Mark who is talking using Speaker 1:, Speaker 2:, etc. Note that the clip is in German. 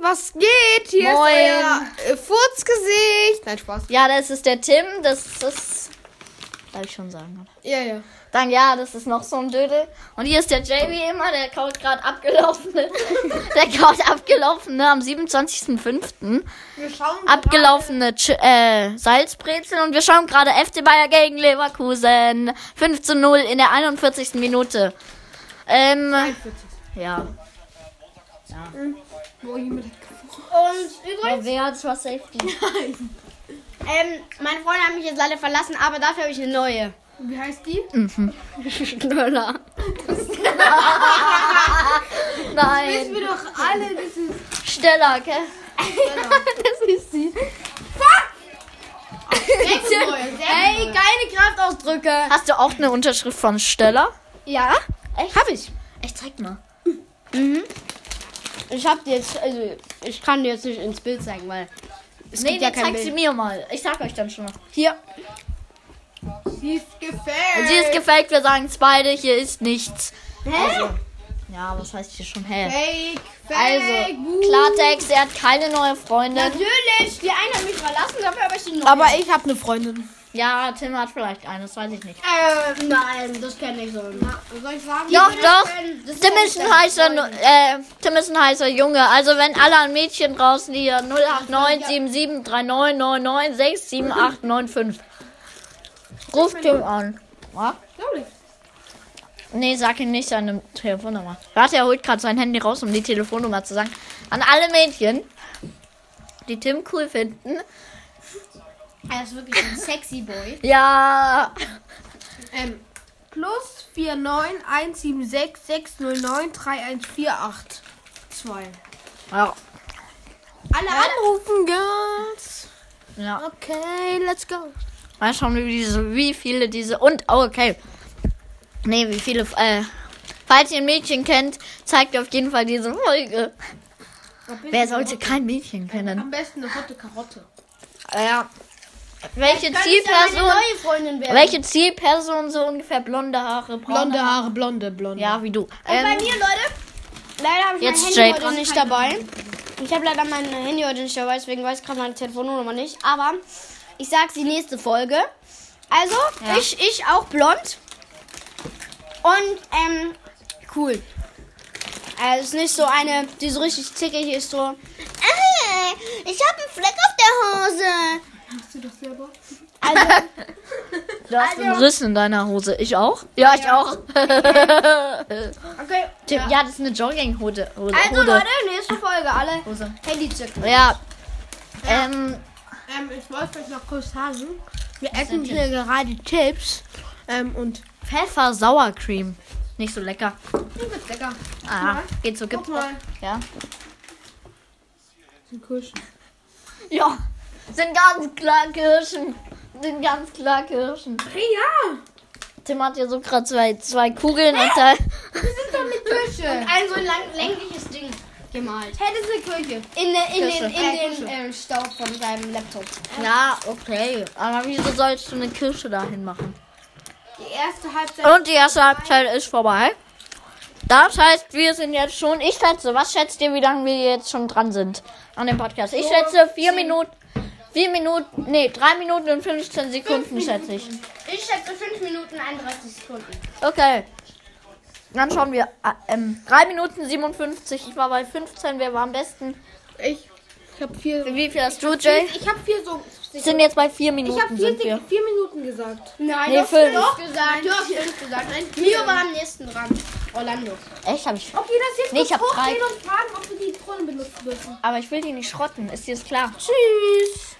Speaker 1: was geht? Hier
Speaker 2: Moin.
Speaker 1: ist euer äh, Furzgesicht. Nein, Spaß.
Speaker 2: Ja, das ist der Tim. Das ist. Darf ich schon sagen, oder?
Speaker 1: Ja, ja.
Speaker 2: Dann ja, das ist noch so ein Dödel. Und hier ist der Jamie immer, der kaut gerade abgelaufene. der kaut abgelaufene am 27.05.
Speaker 1: Wir schauen
Speaker 2: abgelaufene Ch äh, Salzbrezeln. Und wir schauen gerade FC Bayer gegen Leverkusen. 5 zu 0 in der 41. Minute. Ähm, ja.
Speaker 3: Und übrigens,
Speaker 2: Aber wer hat's was Safety?
Speaker 3: ähm, meine Freunde haben mich jetzt leider verlassen, aber dafür habe ich eine neue.
Speaker 1: Wie heißt die?
Speaker 2: Schneller. Nein.
Speaker 1: Wir doch alle dieses.
Speaker 2: Schneller, gell? das ist sie.
Speaker 3: Ey, geile Kraftausdrücke.
Speaker 2: Hast du auch eine Unterschrift von Steller?
Speaker 3: Ja,
Speaker 2: Echt?
Speaker 3: habe ich.
Speaker 2: Ich zeig mal.
Speaker 3: Ich habe jetzt, also ich kann dir jetzt nicht ins Bild zeigen, weil es
Speaker 2: Nee,
Speaker 3: gibt ja
Speaker 2: nee,
Speaker 3: kein
Speaker 2: zeig sie
Speaker 3: Bild.
Speaker 2: mir mal. Ich sag euch dann schon mal.
Speaker 3: Hier,
Speaker 1: Sie ist gefällt.
Speaker 2: Sie ist gefaked, wir sagen es beide, hier ist nichts. Also, ja, was heißt hier schon hell?
Speaker 1: Fake, fake.
Speaker 2: Also,
Speaker 1: gut.
Speaker 2: Klartext, er hat keine neue Freundin.
Speaker 3: natürlich. Die eine hat mich verlassen, dafür habe ich eine neue.
Speaker 1: Aber ich habe eine Freundin.
Speaker 2: Ja, Tim hat vielleicht eine, das weiß ich nicht.
Speaker 3: ähm, nein, das kann ich so.
Speaker 1: Na, soll ich sagen?
Speaker 2: Doch, doch.
Speaker 3: Das
Speaker 2: Tim ist ein heißer, äh, Tim ist ein heißer Junge. Also wenn alle an Mädchen draußen hier 08977399967895. Ruf Tim an. Ja? Nee, sag ihm nicht seine Telefonnummer. Warte, er holt gerade sein Handy raus, um die Telefonnummer zu sagen. An alle Mädchen, die Tim cool finden.
Speaker 3: Er ist wirklich ein sexy Boy.
Speaker 2: Ja.
Speaker 1: Ähm, plus 4917660931482.
Speaker 2: Ja.
Speaker 1: Alle anrufen, Girls.
Speaker 2: ja.
Speaker 1: Okay, let's go.
Speaker 2: Mal schauen, wie, diese, wie viele diese. Und, oh, okay. Nee, wie viele. Äh, falls ihr ein Mädchen kennt, zeigt ihr auf jeden Fall diese Folge. Wer sollte kein Mädchen kennen?
Speaker 1: Am besten eine rote Karotte.
Speaker 2: Ja. Welche
Speaker 3: Meine
Speaker 2: Zielperson.
Speaker 3: neue Freundin werden.
Speaker 2: Welche Zielperson so ungefähr blonde Haare, braune
Speaker 1: Blonde Haare, blonde, blonde.
Speaker 2: Ja, wie du.
Speaker 3: Und bei
Speaker 2: Ähm,
Speaker 3: mir, Leute, leider habe ich
Speaker 2: Jetzt
Speaker 3: mein Handy
Speaker 2: Jake.
Speaker 3: heute nicht dabei. Ich habe leider mein Handy heute nicht dabei, deswegen weiß ich gerade meine Telefonnummer nicht. Aber ich sage die nächste Folge. Also, ich, ich auch blond. Und, ähm, cool. Also, es ist nicht so eine, die so richtig zickig ist, so. Ey, ich habe einen Fleck auf der Hose.
Speaker 1: Hast du das selber?
Speaker 3: Also,
Speaker 2: du hast einen Riss in deiner Hose. Ich auch? Ja, ich auch.
Speaker 3: okay.
Speaker 2: Tim, ja. das ist eine Jogginghose. Hose.
Speaker 3: Also,
Speaker 2: Hose.
Speaker 3: Leute, nächste Folge. Alle
Speaker 2: Hose.
Speaker 3: Handy zücken.
Speaker 2: Ja. Ähm,
Speaker 1: Ähm, ich wollte euch noch kurz sagen, wir essen hier gerade Chips. Ähm, und
Speaker 2: Pfeffer Sour Cream. Nicht so lecker.
Speaker 1: die wird lecker.
Speaker 2: Ah, geht so
Speaker 1: Guck
Speaker 2: gibt's.
Speaker 1: mal.
Speaker 2: Ja.
Speaker 1: Sind Kirschen.
Speaker 2: Ja. Sind ganz klar Kirschen. Sind ganz klar Kirschen.
Speaker 1: Ja,
Speaker 2: Tim hat hier so gerade zwei, zwei Kugeln und da.
Speaker 1: Kirsche.
Speaker 3: Ein so Also, ein lang, längliches Ding gemalt.
Speaker 1: Hey, das ist eine Kirche.
Speaker 3: In, den- in den,
Speaker 1: Äh,
Speaker 3: in den ähm, Staub von deinem Laptop.
Speaker 2: Ja, okay. Aber wieso sollst du eine Kirsche dahin machen?
Speaker 1: Die erste Halbzeit.
Speaker 2: Und die erste Halbzeit ist vorbei. Das heißt, wir sind jetzt schon. Ich schätze, was schätzt ihr, wie lange wir jetzt schon dran sind an dem Podcast? Ich schätze vier Minuten. Vier Minuten. Nee, drei Minuten und 15 Sekunden schätze ich.
Speaker 3: Ich schätze 5 Minuten 31 Sekunden.
Speaker 2: Okay. Dann schauen wir. Ah, Ähm, 3 Minuten 57. Ich war bei 15. Wer war am besten?
Speaker 1: Ich, ich habe vier.
Speaker 2: Wie viel hast du, Jay?
Speaker 1: Ich habe vier so.
Speaker 2: Wir sind jetzt bei 4
Speaker 1: Ich habe
Speaker 2: Minuten.
Speaker 1: vier,
Speaker 2: Sind
Speaker 1: Sek-
Speaker 2: wir.
Speaker 1: vier Minuten gesagt.
Speaker 3: Nein,
Speaker 2: Nee,
Speaker 3: du hast
Speaker 2: fünf.
Speaker 3: fünf gesagt. Du hast
Speaker 1: vier.
Speaker 3: fünf gesagt. Nein, Mio war am nächsten dran. Orlando.
Speaker 2: Echt? Hab ich.
Speaker 1: Ob ihr das jetzt
Speaker 2: Nee, ich
Speaker 1: kurz
Speaker 2: hab drei.
Speaker 1: hochgehen und fragen, ob wir die Kronen benutzen dürfen.
Speaker 2: Aber ich will die nicht schrotten. Ist dir das klar?
Speaker 1: Tschüss.